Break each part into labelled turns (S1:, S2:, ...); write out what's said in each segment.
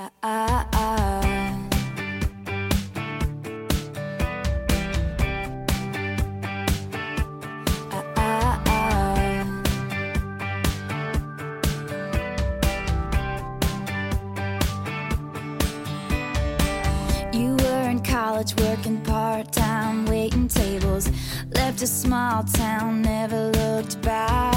S1: Ah, ah, ah. Ah, ah, ah. You were in college working part time, waiting tables. Left a small town, never looked back.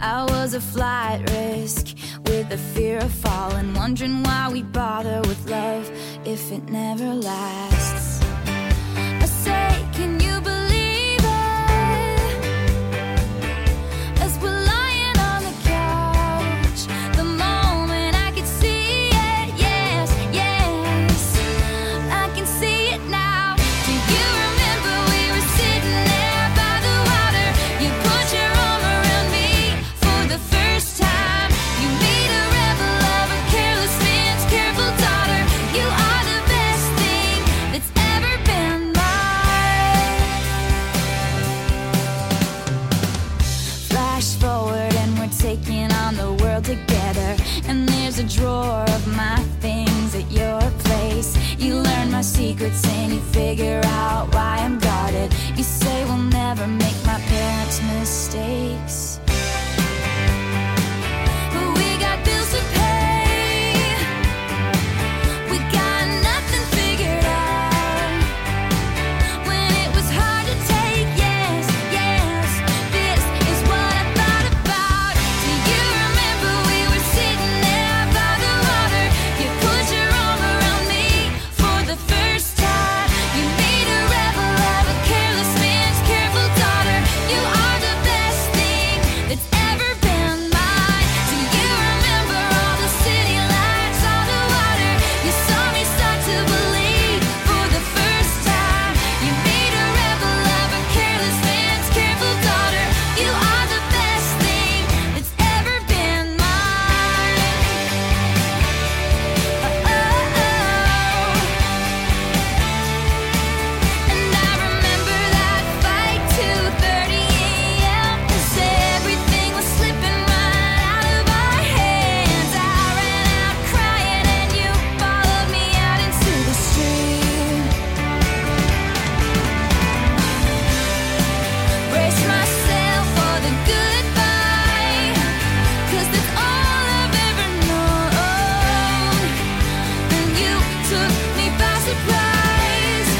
S1: I was a flight risk with the fear of falling, wondering why we bother with love if it never lasts. I say, can you believe it? As we're lying on the couch, the moment I could see it, yes, yes, I can see it now. Do you remember we were sitting there by the water? You put your arm around me for the first time. You made a rebel of a careless man's careful daughter. You are the best thing that's ever been mine. Flash forward and we're taking on the world together. And there's a drawer of my things at your place. You learn my secrets and you figure out why I'm guarded. You say we'll never make my parents' mistakes. But we got bills to pay. We got nothing figured out. When it was hard to take, yes, yes, this is what I thought about. Do you remember we were sitting there by the water? You put your arm around me for the first time. You made a rebel of a careless man's careful daughter. You are the best thing that's ever been mine. Do you remember all the city lights on the water? You saw me start to believe for the first time. You made a rebel of a careless man's careful daughter. You are the best thing that's ever been mine. Uh, oh. And I remember that fight 2:30 a.m. 'cause everything was slipping right out of our hands. I ran out crying, and you followed me out into the street. Brace myself for the goodbye, 'cause that's all I've ever known. And you took me by surprise.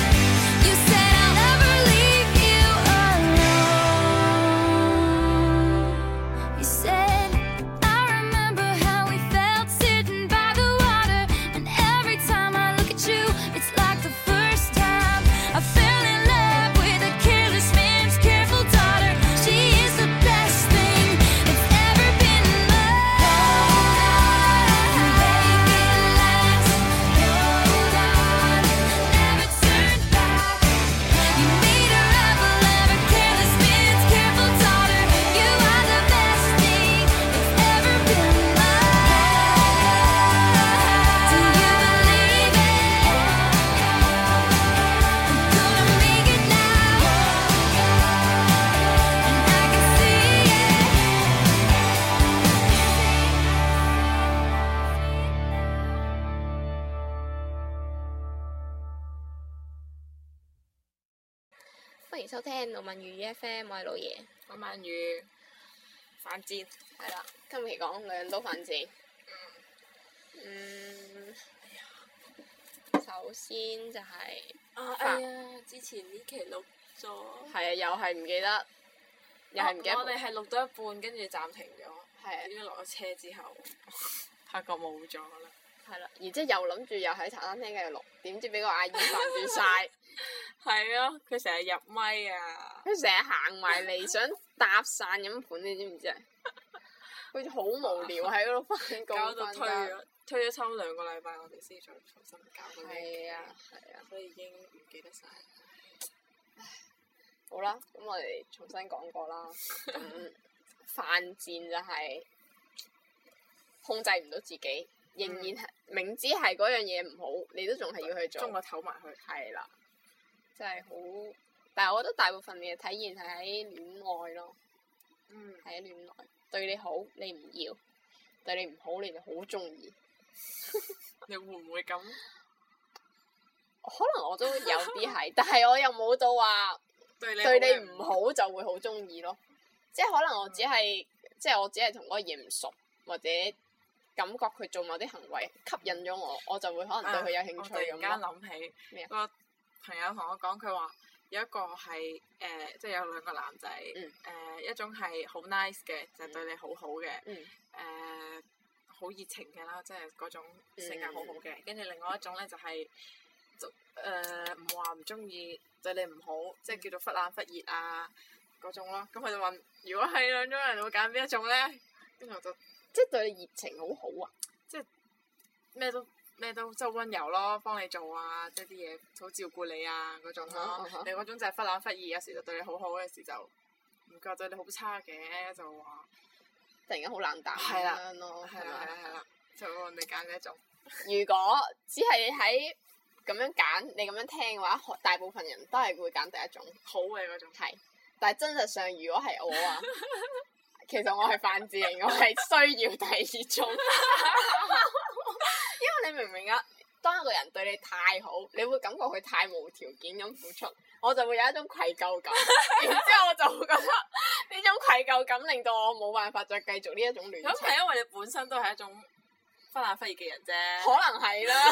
S1: You said I'll never leave you alone. You said I remember how we felt sitting by the water, and every time I look at you, it's like the first time I fell in love with a careless man's careful daughter. She is the best thing that's ever been mine. Make it last, hold on, never turn back. You made a rebel of a careless man's careful daughter. You are the best thing that's ever been mine. Do you believe it? I'm gonna make it now, and I can see it.
S2: 歡迎收聽《老文魚 FM》，我係老爺。
S3: 嗰晚雨反戰，
S2: 係啦，今期講兩刀反戰。嗯，首先就係、
S3: 啊
S2: 哎
S3: 呀！之前呢期錄咗，
S2: 係啊，又係唔記得，又係唔記
S3: 我哋
S2: 得，
S3: 係錄到一半，跟住暫停咗，
S2: 係啊
S3: 點知落咗車之 後，發覺冇咗啦。
S2: 係啦，然之後又諗住又喺茶餐廳繼續錄，點知俾個阿姨煩住晒，
S3: 係啊，佢成日入咪啊，
S2: 佢成日行埋嚟想搭散咁款，你知唔 知啊？佢就好無聊喺嗰度翻工，
S3: 搞到推
S2: 返得
S3: 咗，推咗差唔多兩個禮拜，我哋先再重新搞嗰啲
S2: 係啊，係啊，
S3: 所以已經唔記得晒。
S2: 好啦，咁我哋重新講過啦。咁犯賤就係控制唔到自己，仍然係明知係嗰樣嘢唔好，你都仲係要去做
S3: 中。個頭埋去。
S2: 係啦，真係好。但係我覺得大部分嘅體現係喺戀愛咯，
S3: 嗯，
S2: 係喺戀愛。對你好，你唔要；對你唔好，你就好中意。
S3: 你會唔會咁？
S2: 可能我都有啲係，但係我又冇到話
S3: 對你
S2: 對
S3: 嘅
S2: 你唔，好就會好中意咯。即係可能我只係，
S3: 嗯
S2: 即係我只係同嗰個嘢唔熟，或者感覺佢做某啲行為吸引咗我，我就會可能對佢有興趣
S3: 啊我突然間
S2: 咁咯。
S3: 諗起
S2: 咩啊
S3: 個朋友同我講，佢話有一個係誒、呃即係有兩個男仔，誒、
S2: 嗯
S3: 一種係好 nice 嘅，就係
S2: 嗯
S3: 對你好好嘅，誒、
S2: 嗯
S3: 呃好熱情嘅啦，即係嗰種
S2: 嗯
S3: 性格好好嘅。跟住、另外一種咧就係、就誒唔話唔中意對你唔好，即
S2: 嗯
S3: 係叫做忽冷忽熱啊嗰種咯。咁佢就問：如果係兩種人，你會揀邊一種咧？跟住我就
S2: 即係對你熱情好好啊！
S3: 咩都咩都即係温柔咯，幫你做啊，即係啲嘢好照顧你啊嗰種
S2: 啊哈
S3: 咯
S2: 啊哈。
S3: 你嗰種就係忽冷忽熱，有時就對你好好，有時就唔覺對你好差嘅，就話
S2: 突然間好冷淡咁
S3: 係啦
S2: 樣咯，哦
S3: 係啊
S2: 係啊
S3: 啦係啦
S2: 咪？
S3: 係啦，就會問你揀呢一種。
S2: 如果只係喺咁樣揀，你咁樣聽嘅話，可大部分人都係會揀第一種。
S3: 好嘅嗰種，
S2: 係，但係真實上如果係我 啊，其實我係犯賤型，我係需要第二 種，因為你明唔明啊？當一個人對你太好，你會感覺佢太無條件咁付出，我就會有一種愧疚 感，然之後我就會覺得呢種愧疚感令到我冇辦法再繼續呢一種戀
S3: 咁
S2: 情，
S3: 係因啊為你本身都係一種忽冷忽熱嘅人啫，
S2: 可能係 啦。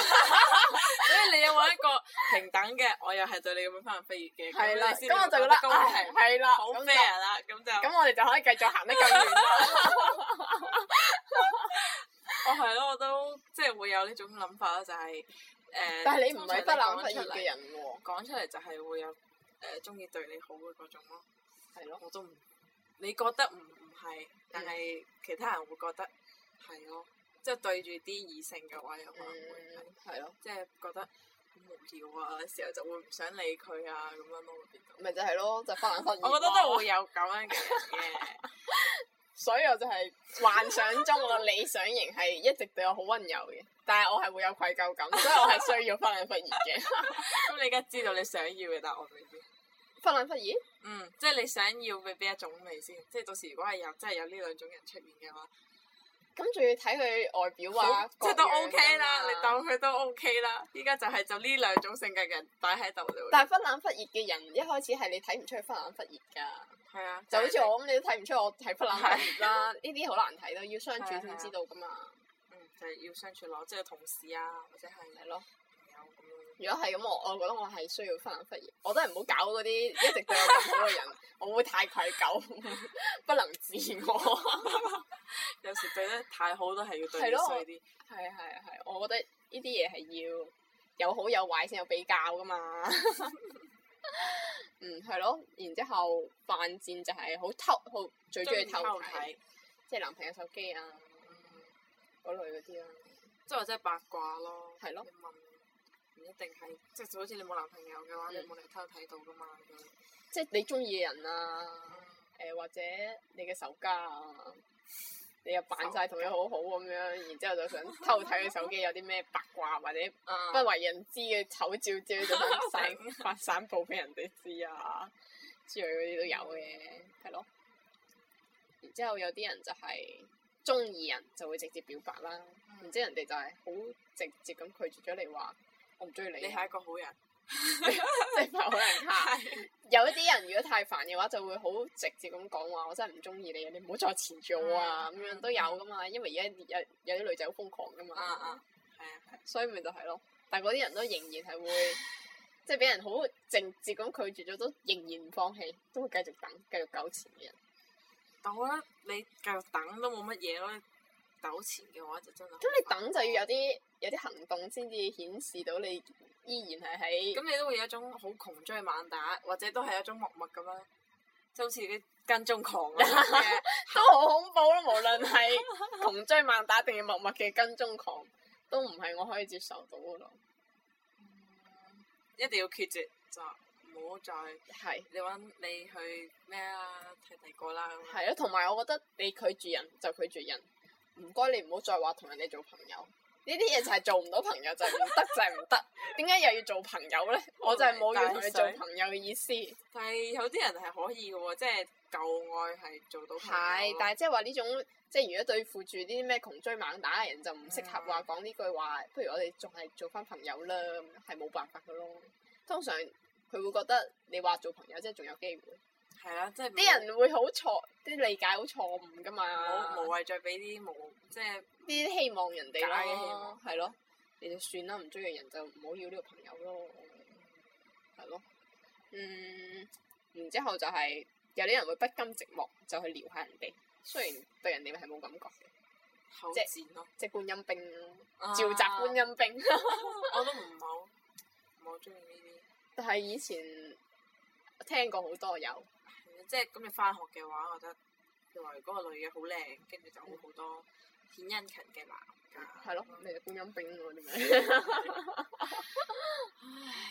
S3: 所以你有冇一個平等嘅，我又係對你咁樣忽冷忽熱嘅，
S2: 係啦，
S3: 咁你先
S2: 咁我
S3: 會
S2: 就覺
S3: 覺
S2: 得
S3: 公
S2: 唉
S3: 平，
S2: 係啦，
S3: 好
S2: 咁就
S3: fair 啊啦，咁就
S2: 咁我哋就可以繼續行得更遠 啦。
S3: 我係咯，我都即係會有呢種諗法咯，就係誒。
S2: 但係你唔係不冷不熱
S3: 通常你講出嚟
S2: 嘅人喎，
S3: 講出嚟就係會有誒中意對你好嘅嗰種咯。
S2: 係咯，
S3: 我都唔，你覺得唔唔係，但
S2: 嗯
S3: 係其他人會覺得係咯。即係對住啲異性嘅話，有可能會係
S2: 嗯，係咯，
S3: 即係覺得好無聊啊，有時候就會唔想理佢啊咁樣咯。會變到
S2: 咪就係咯，就忽冷忽熱。
S3: 我覺得都，會有咁樣嘅人嘅，
S2: 所以我就係幻想中我理想型係一直對我好温柔嘅，但係我係會有愧疚感，所以我 係需要忽冷忽熱嘅。
S3: 咁你而家知道你想要嘅答案未先？
S2: 忽冷忽熱，
S3: 嗯，即係你想要嘅邊一種未先？即係到時如果係有真係有呢兩種人出現嘅話，
S2: 咁仲要睇佢外表啊
S3: 好，即係都
S2: 各樣啊
S3: OK 啦，
S2: 㗎嘛
S3: 你當佢都 OK 啦。依家就係就呢兩種性格嘅人擺喺度，你會
S2: 但係忽冷忽熱嘅人，一開始係你睇唔出佢忽冷忽熱㗎。
S3: 係啊，
S2: 就好似
S3: 係你，
S2: 我咁，你都睇唔出我睇忽冷忽熱 啦。呢啲好難睇咯，要相處先知道噶嘛，
S3: 嗯，就係要相處咯，即係同事啊，或者係
S2: 係咯。
S3: 朋友咁樣。
S2: 如果係咁，我我覺得我係需要忽冷忽熱，我都係唔好搞嗰啲一直對我咁好嘅人，我會太愧疚，不能自我。
S3: 有時對得太好都係要對
S2: 係
S3: 你
S2: 咯
S3: 衰啲，
S2: 係啊係啊係啊，我覺得呢啲嘢係要有好有壞先有比較噶嘛。 嗯，係咯，然之後犯賤就係好偷，好最中意偷
S3: 偷
S2: 睇，，即係男朋友手機啊
S3: 嗯
S2: 嗰類嗰啲啊啦，
S3: 即係或者八卦咯。
S2: 係咯
S3: 你問唔一定係，即係就好似你冇男朋友嘅話，
S2: 嗯
S3: 你冇理由偷睇到噶嘛。咁樣
S2: 即係你中意嘅人啊。
S3: 嗯
S2: 誒、或者你嘅手家啊，你又扮晒同佢好好咁樣，然之後就想偷睇佢手機有啲咩八卦或者
S3: 啊
S2: 不為人知嘅醜照之類，就 想散發散佈俾人哋知啊，之類嗰啲都有嘅，係咯。然之後有啲人就係中意人就會直接表白啦，
S3: 嗯
S2: 然之後人哋就係好直接咁拒絕咗你話我唔中意你，
S3: 你係一個好人，
S2: 即係好人 卡。有一啲人如果太煩嘅話，就會好直接咁講話，我真係唔中意你，你唔好再纏住我啊！咁
S3: 嗯
S2: 樣都有噶嘛，因為而家有有啲女仔好瘋狂噶嘛，
S3: 啊啊，係啊係啊。
S2: 所以咪就係咯。但係嗰啲人都仍然係會，即係俾人好直接咁拒絕咗，都仍然唔放棄，都會繼續等，繼續糾纏嘅人。
S3: 但我覺得你繼續等都冇乜嘢咯，你糾纏嘅話就真係好
S2: 咁你
S3: 煩
S2: 等就要有啲有啲行動先至顯示到你依然係喺。
S3: 咁你都會有一種好窮追猛打，或者都係一種默默咁樣，就好似啲跟蹤狂咁樣 嘅
S2: 都好恐怖咯！無論係 窮追猛打定係默默嘅跟蹤狂，都唔係我可以接受到嘅咯。
S3: 一定要決絕，就唔好再
S2: 係。
S3: 你揾你去咩啊睇第個啦咁樣。
S2: 係啊，同埋我覺得你拒絕人就拒絕人，唔該你唔好再話同人哋做朋友，呢啲嘢就係做唔到朋友就係唔得就係唔 得，點解又要做朋友咧？我就係冇要同你做朋友嘅意思。
S3: 但係有啲人係可以嘅喎，即係舊愛係做到朋友
S2: 係，
S3: 咯
S2: 但係即係話呢種，即係如果對付住呢啲咩窮追猛打嘅人，就唔適合話
S3: 嗯
S2: 講呢句話。不如我哋仲係做翻朋友啦，咁係冇辦法嘅咯。通常佢會覺得你話做朋友，即係仲有機會。
S3: 係啦，即係
S2: 啲人會好錯，啲理解好錯誤噶嘛。
S3: 冇無謂再俾啲冇即係
S2: 啲希望人哋
S3: 假嘅希
S2: 咯
S3: 望，
S2: 係咯，你就算啦，唔中意嘅人就唔好要呢個朋友咯，係咯，嗯，然之後就係、有啲人會不甘寂寞，就去撩下人哋，雖然對人哋係冇感覺嘅，
S3: 口
S2: 即係
S3: 賤咯，
S2: 即係觀音兵咯，
S3: 啊
S2: 召集觀音兵，
S3: 我都唔好唔好中意呢
S2: 但係以前聽過好多有，
S3: 啲，即係咁你翻學嘅話，我覺得譬如話如果個女嘅好靚，跟住就會好多顯殷勤嘅男㗎，
S2: 係咯，你就觀音兵咯，你 咪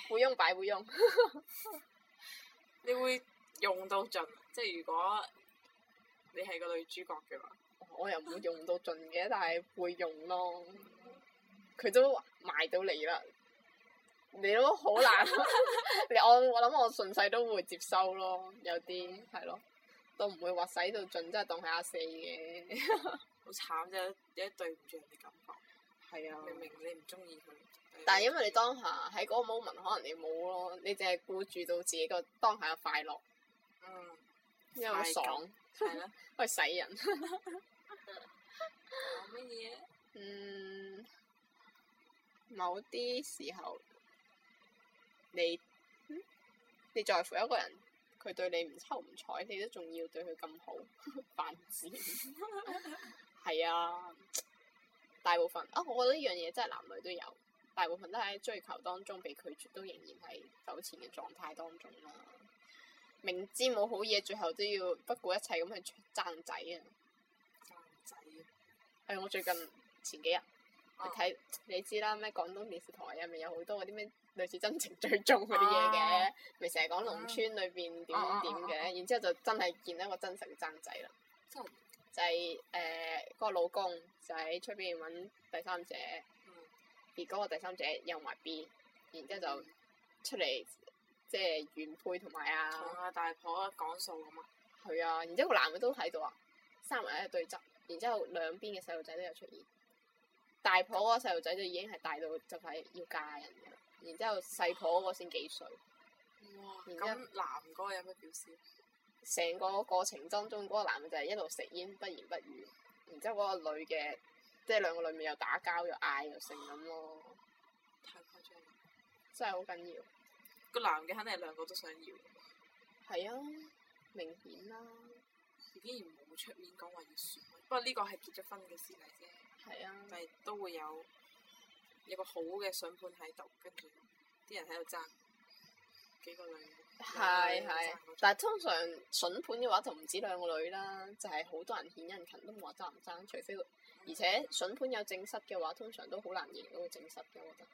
S2: 會用擺會用，
S3: 你會用到盡，即係如果你係個女主角嘅話，
S2: 我又唔會用到盡嘅，但係會用咯。佢都賣到你啦，你都好難。 你我我諗我順勢都會接收咯，有啲係咯，都唔會話使到盡，真係當係阿四嘅。
S3: 好慘啫，有啲對唔住人哋感覺，
S2: 係啊
S3: 明明你唔中意佢，
S2: 但係因
S3: 為
S2: 為你當下喺嗰個 moment 可能你冇咯，你淨係顧住到自己個當下嘅快樂，
S3: 嗯
S2: 因為好爽，
S3: 係啦，
S2: 去使人。
S3: 講 乜嘢？
S2: 嗯，某啲時候你、嗯你在乎一個人，佢對你唔瞅唔睬，你都仲要對佢咁好， 犯賤。 係啊，大部分啊，我覺得呢樣嘢真係男女都有，大部分都喺追求當中被拒絕，都仍然係糾纏嘅狀態當中啦。明知冇好嘢，最後都要不顧一切咁去爭仔啊！
S3: 生仔
S2: 係我最近前幾日去
S3: 哦
S2: 睇，你知啦咩廣東電視台啊，咪有好多嗰啲咩類似真情最終嗰啲嘢嘅
S3: 啊，
S2: 咪成日講農村裏邊點
S3: 啊啊
S2: 點
S3: 啊啊
S2: 嘅，然之後就真係見到一個真實嘅爭仔啦，
S3: 真係
S2: 就係誒個老公就喺出邊揾第三者，
S3: 嗯
S2: 而嗰個第三者有埋 B，然之後就出嚟即係原配同埋啊。
S3: 同阿大婆講數咁啊，
S2: 係啊，然之後個男嘅都睇到啊，三人喺度對質，然之後兩邊嘅細路仔都有出現。大婆嗰個細路仔就已經係大到就快要嫁人嘅啦，然之後細婆嗰個先幾歲，
S3: 哇！
S2: 然之後
S3: 咁男嗰個有咩表示？啊
S2: 成個過程當中嗰、個男嘅就係一路食煙不言不語，然之後嗰個女嘅即係兩個女咪又打交又嗌又成咁咯，
S3: 太誇張啦！
S2: 真係好緊要。
S3: 個男嘅肯定係兩個都想要，
S2: 係啊，明顯啦，
S3: 佢竟然冇出面講話要算。不過呢個係結咗婚嘅事例啫，
S2: 係啊，
S3: 但係都會有有個好嘅筍盤喺度，跟住啲人喺度爭幾個女人，
S2: 係
S3: 兩個女
S2: 係
S3: 人爭嗰，種
S2: 但係通常筍盤嘅話就唔止兩個女啦，就係、好多人顯殷勤都冇話爭唔爭，除非而且筍盤有正室嘅話，通常都好難贏到個正室嘅，我覺得。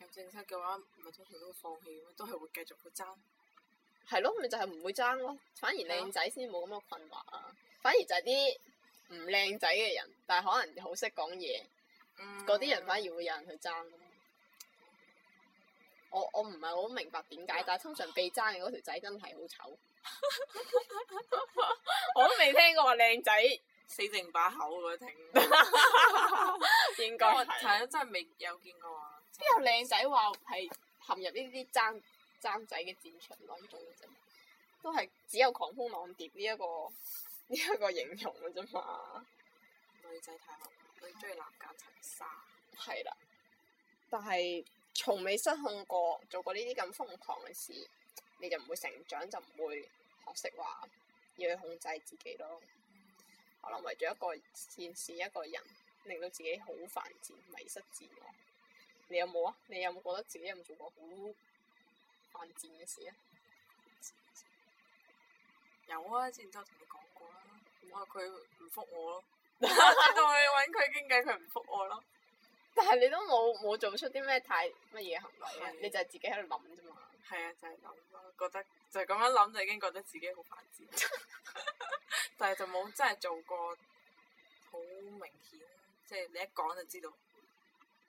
S3: 有正室嘅話，唔係通常都會放棄咩？都係會繼續去爭。
S2: 係咯，咪就係唔會爭咯，反而靚仔先冇咁嘅困惑啊，反而就係啲唔靚仔嘅人，但係可能好識講嘢，嗯嗰啲人反而會有人去爭咯。我我唔係好明白點解，但係通常被爭嘅嗰條仔真係好醜。 我都未聽過話靚仔。
S3: 死剩把口嗰挺，
S2: 應該
S3: 我
S2: 係。
S3: 係啊真係未有見過啊！真
S2: 邊有靚仔話係陷入呢啲爭爭仔嘅戰場當中嘅啫？都係只有狂風浪蝶呢、一個呢一、個形容嘅啫嘛。
S3: 女仔太好，女中意男間層沙。
S2: 係啦，但係從未失控過，做過呢啲咁瘋狂嘅事，你就唔會成長，就唔會學識話要去控制自己咯。可能為咗一個善事一個人，令到自己好犯賤，迷失自我。你有冇啊？你有冇覺得自己有冇做過好犯賤嘅事啊？
S3: 有啊，之前都有同你講過啦。我話佢唔復我 咯，我主動去揾佢傾偈，佢唔復我咯。
S2: 但係你都冇冇做出啲咩太乜嘢行為啊
S3: 係？
S2: 你就係自己喺度諗啫嘛。
S3: 係啊，就係諗咯，覺得就係咁樣諗就已經覺得自己好犯賤， 但係就冇真係做過好明顯，即係你一講就知道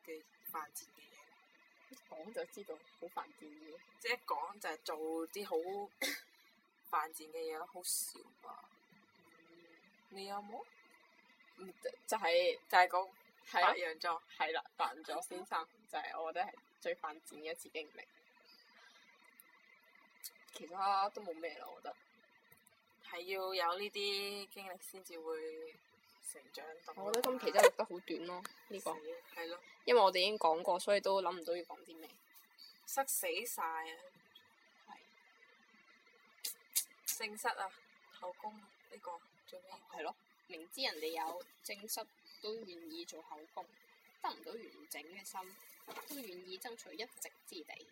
S3: 嘅嘅犯賤嘅嘢咧？
S2: 講就知道好犯賤嘅。
S3: 即係一講就係做啲好 犯賤嘅嘢咯，好少吧？你有冇？
S2: 嗯就就係
S3: 就係嗰
S2: 係
S3: 白
S2: 啊
S3: 羊座，
S2: 係 啦，犯咗先生就係、我覺得係最犯賤嘅一次經歷。其他都冇咩啦，我覺得。
S3: 係要有呢啲經歷先至會成長到。
S2: 我覺得今期真係錄得好短咯，呢、個，
S3: 係咯，
S2: 因為我哋已經講過，所以都諗唔到要講啲咩。
S3: 塞死晒啊！性室啊，後宮啊呢個最尾。
S2: 係咯，明知人哋有正室都願意做後宮，得唔到完整嘅心，都願意爭取一席之地。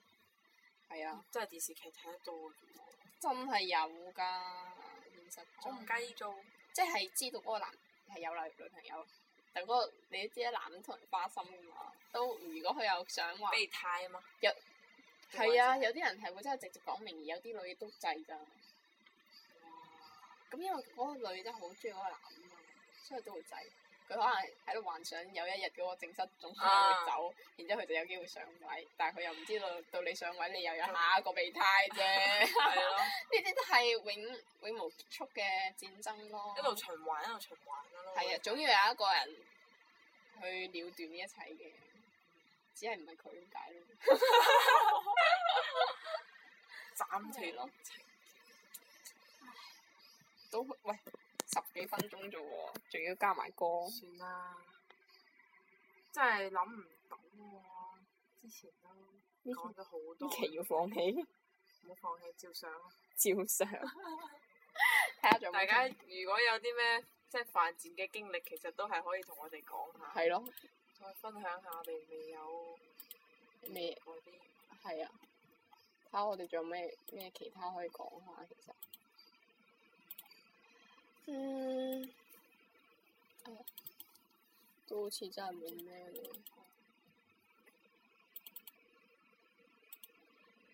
S2: 係啊，
S3: 真係電視劇睇得到嘅喎
S2: 真係有㗎，現實
S3: 我
S2: 中
S3: 唔。介意做，
S2: 即係知道嗰個男係有女女朋友，但嗰、個你都知啦，男人同人花心噶嘛，都如果佢有想話，
S3: 備胎啊嘛。
S2: 有係啊，
S3: 有
S2: 有啲人係會真係直接講明，而有啲女都制㗎。咁因為嗰個女真係好中意嗰個男啊嘛，所以都會制。佢可能喺度幻想有一日嗰個正室總裁
S3: 啊
S2: 會走，然之後佢就有機會上位，但係佢又唔知道到你上位，你又有下一個備胎啫。
S3: 係啊咯，
S2: 呢啲都係永永無結束嘅戰爭咯。
S3: 一路循環一路循環㗎咯。
S2: 係啊，總要有一個人去了斷呢一切嘅，只係唔係佢咁解咯。
S3: 斬斷
S2: 係
S3: 咯
S2: 咯。都喂十幾分鐘啫喎，仲要加埋歌。
S3: 算啦，真係諗唔到喎、之前都
S2: 呢
S3: 講咗好
S2: 呢
S3: 多，
S2: 期要放棄，
S3: 唔好放棄照相啊。
S2: 照相。 睇下仲有冇
S3: 大家如果有啲咩即係犯賤嘅經歷，其實都係可以同我哋講下，
S2: 係咯，
S3: 再分享下我哋未有
S2: 未
S3: 嗰啲。
S2: 係啊。睇下我哋仲有咩咩其他可以講下，其實。嗯。哎呀都好似真係冇咩喎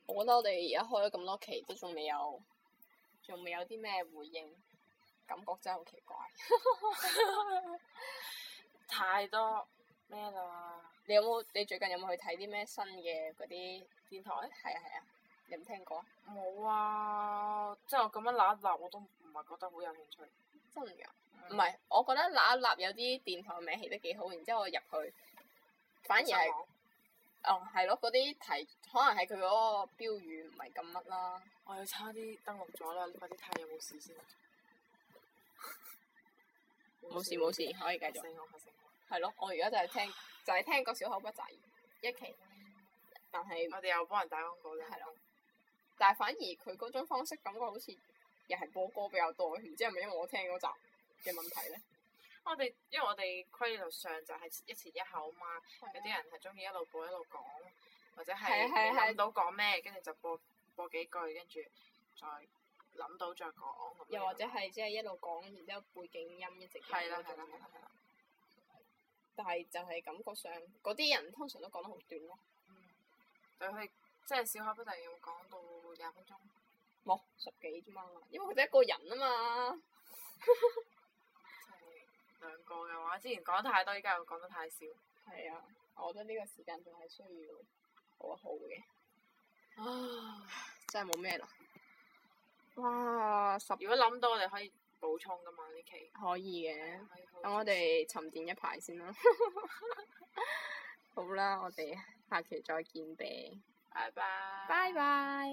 S2: 我覺得我哋而家開咗咁多期，都仲未有，仲未有啲咩回應，感覺真係好奇怪。
S3: 太多咩啦？
S2: 你有冇？你最近有冇去睇啲咩新嘅嗰啲？
S3: 電台
S2: 係啊係啊，你有冇聽過啊？
S3: 冇啊！即係我咁樣揦一揦，我都唔係覺得好有興趣。
S2: 真㗎？
S3: 嗯
S2: 唔係，我覺得嗱一立有啲電台名起得幾好，然之後我入去，反而係
S3: 失，望
S2: 哦係咯，嗰啲題可能係佢嗰個標語唔係咁乜啦。
S3: 我要差啲登錄咗啦，你快啲睇下有冇事先。
S2: 冇事冇事，可以繼
S3: 嚇
S2: 續
S3: 死。我，嚇死我！
S2: 係咯，我而家就係聽，就係聽個小口不仔一期，但係
S3: 我哋又幫人打廣告啦。
S2: 係咯，但係反而佢嗰種方式感覺好似又係播歌比較多，唔知係咪因為我聽嗰集嘅問題咧？
S3: 我哋因為我哋規律上就係一前一後嘛，有啲人係中意一路播一路講，或者
S2: 係啊係
S3: 係你
S2: 係
S3: 諗到講咩，跟住就播播幾句，跟住再諗到再講咁樣。
S2: 又或者係即係一路講，然之後背景音一直有
S3: 係啦
S2: 嗰種
S3: 係啦係啦係啦。
S2: 但係就係感覺上嗰啲人通常都講得好短咯，
S3: 嗯，對佢哋即係小可不特要講到廿分鐘。
S2: 冇十幾啫嘛，因為佢哋一個人啊嘛。
S3: 兩個嘅話，之前講得太多，依家又講得太少。
S2: 係啊，我覺得呢個時間仲係需要好一好嘅。啊，真係冇咩啦。哇，十
S3: 如果諗到，我哋可以補充噶嘛呢期。
S2: 可以嘅。
S3: 可以好
S2: 等我哋沉澱一排先 啦。好啦，我哋下期再見唄，
S3: 拜拜。
S2: 拜拜。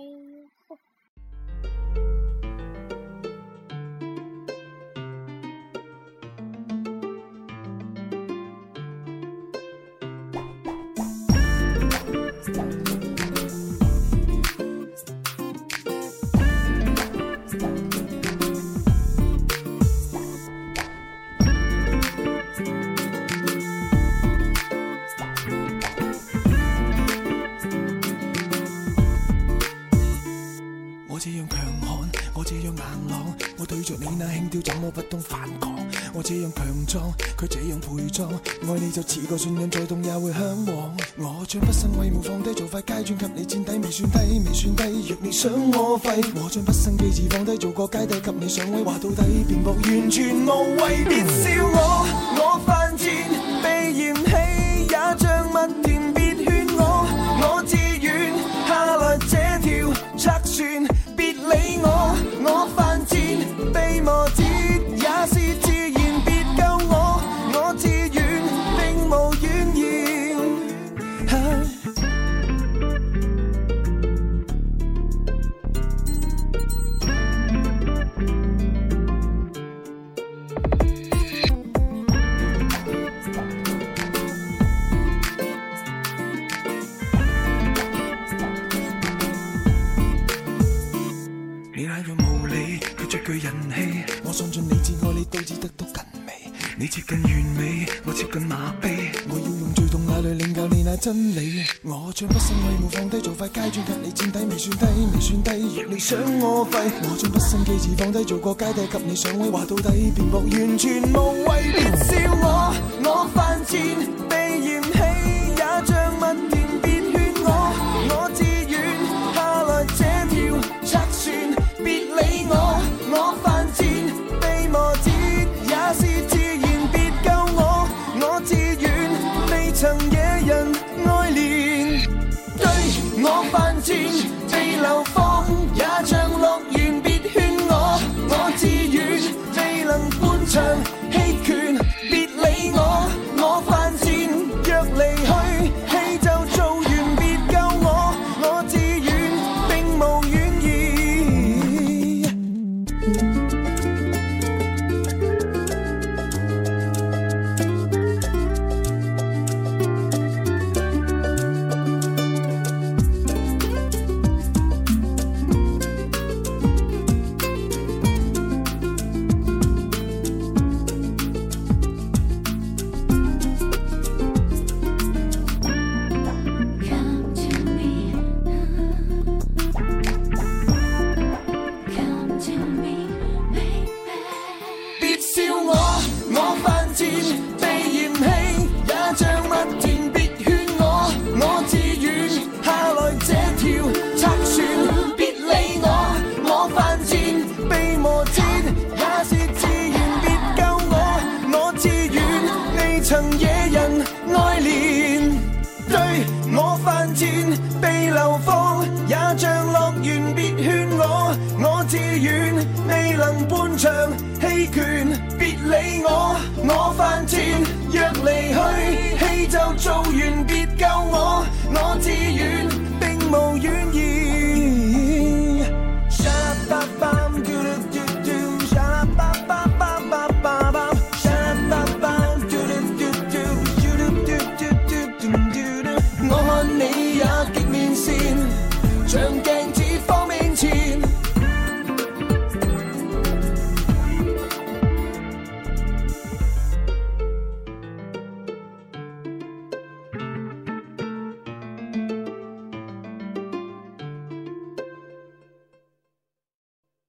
S4: 我這樣強悍，我這樣硬朗，我對着你那輕佻怎麼不懂反抗？我這樣強壯，佢這樣陪葬，愛你就似個信仰，再凍也會向往。我將畢生威武放低，做塊階磚給你墊底，未算低，未算低。若你想我廢，我將畢生機智放低，做個階梯給你上位。話到底，辯駁完全無謂，別笑我，我犯賤被嫌棄。也像蜜甜，別勸我，我自願下來這條測算，別理我，我犯賤被磨折也是自然，別救我，我自願並無怨言。啊你那樣無理，佢最具人氣。我相信你至愛你都至得到近味。你接近完美，我接近麻痹。我要用最痛眼淚領教你那真理。我將畢生愛慕放低，做塊階磚給你墊底，未算低，未算低。若你想我廢，我將畢生機智放低，做個階梯給你上位。話到底，辯駁完全無謂，別笑我，我犯賤被嫌棄，也像蜜甜，別勸我，我自願下來這條測算，別理我，我犯賤被磨折也是自然，別救我，我自願未曾惹人愛憐。對我犯賤被流放，也像樂園，別勸我，我自願未能半場棄權，別理我，我犯賤若離去，戲就做完，別救我，我自願並無怨言。
S1: Come to me. Come to me, baby.
S4: 別笑我，我犯賤被嫌棄，也像蜜甜，別勸我，我自願下來這條測算，別理我，我犯賤被磨折也是自然，別救我，我自願未曾惹人愛憐。對我犯賤被流放，也像樂園，別勸我，我自願未能半場棄權，別理我，我犯賤若離去，戲就做完，別救我。